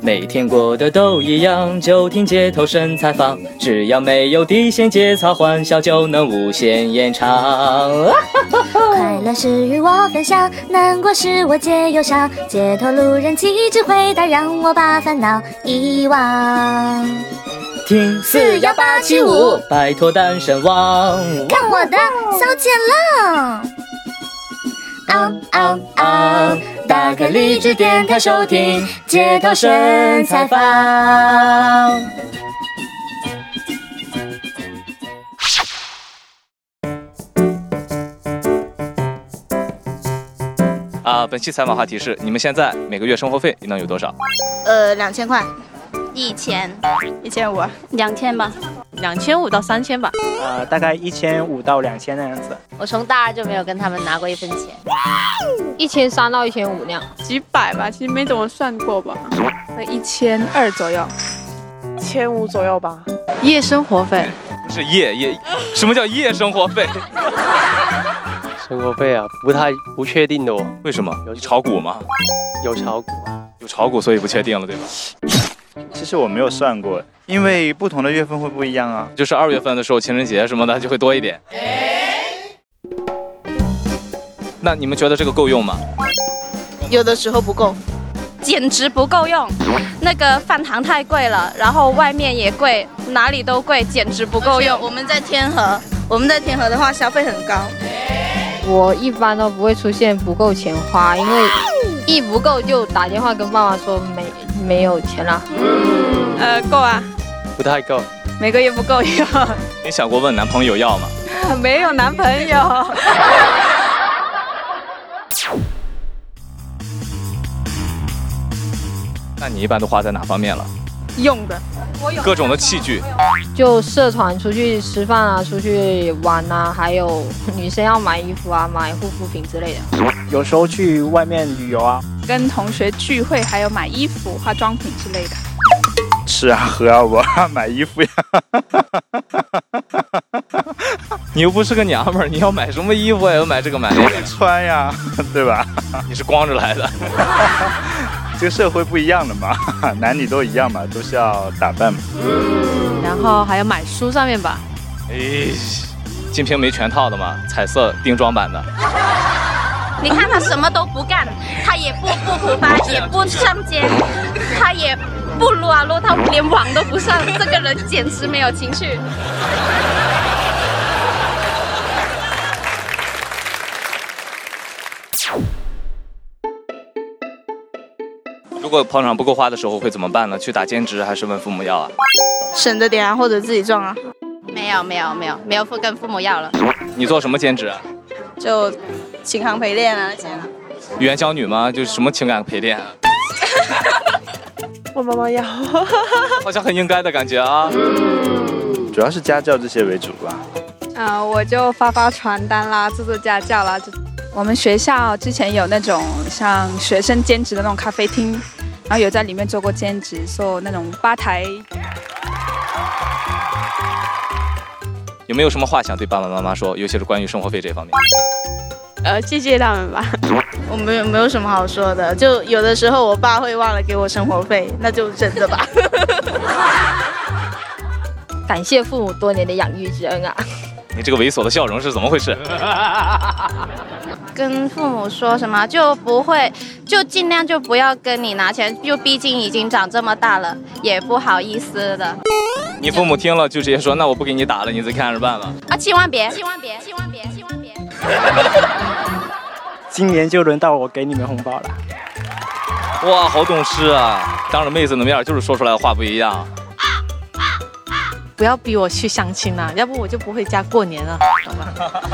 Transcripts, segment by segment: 每天过得都一样，就听街头神采访，只要没有地仙节操，欢笑就能无限延长。啊哈哈哈快乐是与我分享，难过是我解忧伤。街头路人几只回答，让我把烦恼遗忘。听41875，摆脱单身汪。看我的骚姐浪！昂昂啊昂！啊打开励志电台收听《街头神采访》。啊，本期采访话题是：你们现在每个月生活费能有多少？呃，两千块，一千、一千五，啊两千吧。两千五到三千吧。呃，大概一千五到两千那样子。我从大二就没有跟他们拿过一分钱。一千三到一千五那样。几百吧，其实没怎么算过吧，一千二左右，千五左右吧。夜生活费。不是夜夜，什么叫夜生活费？生活费啊，不太不确定的哦，为什么？炒股吗？有炒股，啊有炒股，所以不确定了，对吧？其实我没有算过，因为不同的月份会不一样啊。就是二月份的时候，情人节什么的就会多一点。那你们觉得这个够用吗？有的时候不够。简直不够用，那个饭堂太贵了，然后外面也贵，哪里都贵，简直不够用。我们在天河，我们在天河的话消费很高。我一般都不会出现不够钱花，因为一不够就打电话跟爸妈说没没有钱了。呃，够啊，不太够。每个月不够用，你想过问男朋友要吗？没有男朋友。那你一般都花在哪方面了？用的，各种的器具，就社团出去吃饭啊，出去玩啊，还有女生要买衣服啊，买护肤品之类的。有时候去外面旅游啊，跟同学聚会，还有买衣服、化妆品之类的。吃啊喝啊玩啊买衣服呀。 你又不是个娘们儿，你要买什么衣服呀？要买这个买那个，穿呀， 对吧？你是光着来的。这个社会不一样了嘛， 男女都一样嘛，都是要打扮嘛。然后还要买书上面吧，哎， 《金瓶梅》全套的嘛，彩色定妆版的。你看他什么都不干，他也不不补吧，也不上 街，他也不撸啊撸，他连网都不上，这个人简直没有情趣。如果跑场不够花的时候会怎么办呢？去打兼职还是问父母要啊？省着点啊，或者自己赚啊。没有没有没有没有父跟父母要了，你做什么兼职啊？就请行陪练啊那些了。援交女吗？就是什么情感陪练啊， 我妈妈要， 好像很应该的感觉啊。主要是家教这些为主吧。啊、我就发发传单啦，做做家教啦。这我们学校之前有那种像学生兼职的那种咖啡厅，然后有在里面做过兼职，做那种吧台。有没有什么话想对爸爸妈妈说？尤其是关于生活费这方面。呃，谢谢他们吧。我没有没有什么好说的，就有的时候我爸会忘了给我生活费，那就忍着吧。感谢父母多年的养育之恩啊！你这个猥琐的笑容是怎么回事？ 跟父母说什么就不会，就尽量就不要跟你拿钱，就毕竟已经长这么大了，也不好意思的你父母听了就直接说：“那我不给你打了，你自己看着办吧。啊，千万别，千万别，千万别，千万别。今年就轮到我给你们红包了。”哇，好懂事啊！当着妹子的面就是说出来的话不一样。不要逼我去相亲了，要不我就不回家过年了，懂吗？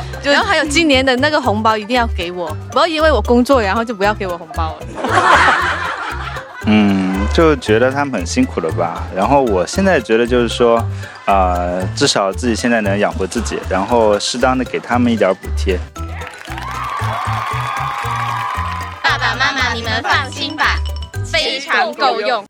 就然后还有今年的那个红包一定要给我，不要因为我工作然后就不要给我红包了。嗯，就觉得他们很辛苦了吧。然后我现在觉得就是说，啊、至少自己现在能养活自己，然后适当的给他们一点补贴。爸爸妈妈，你们放心吧，非常够用。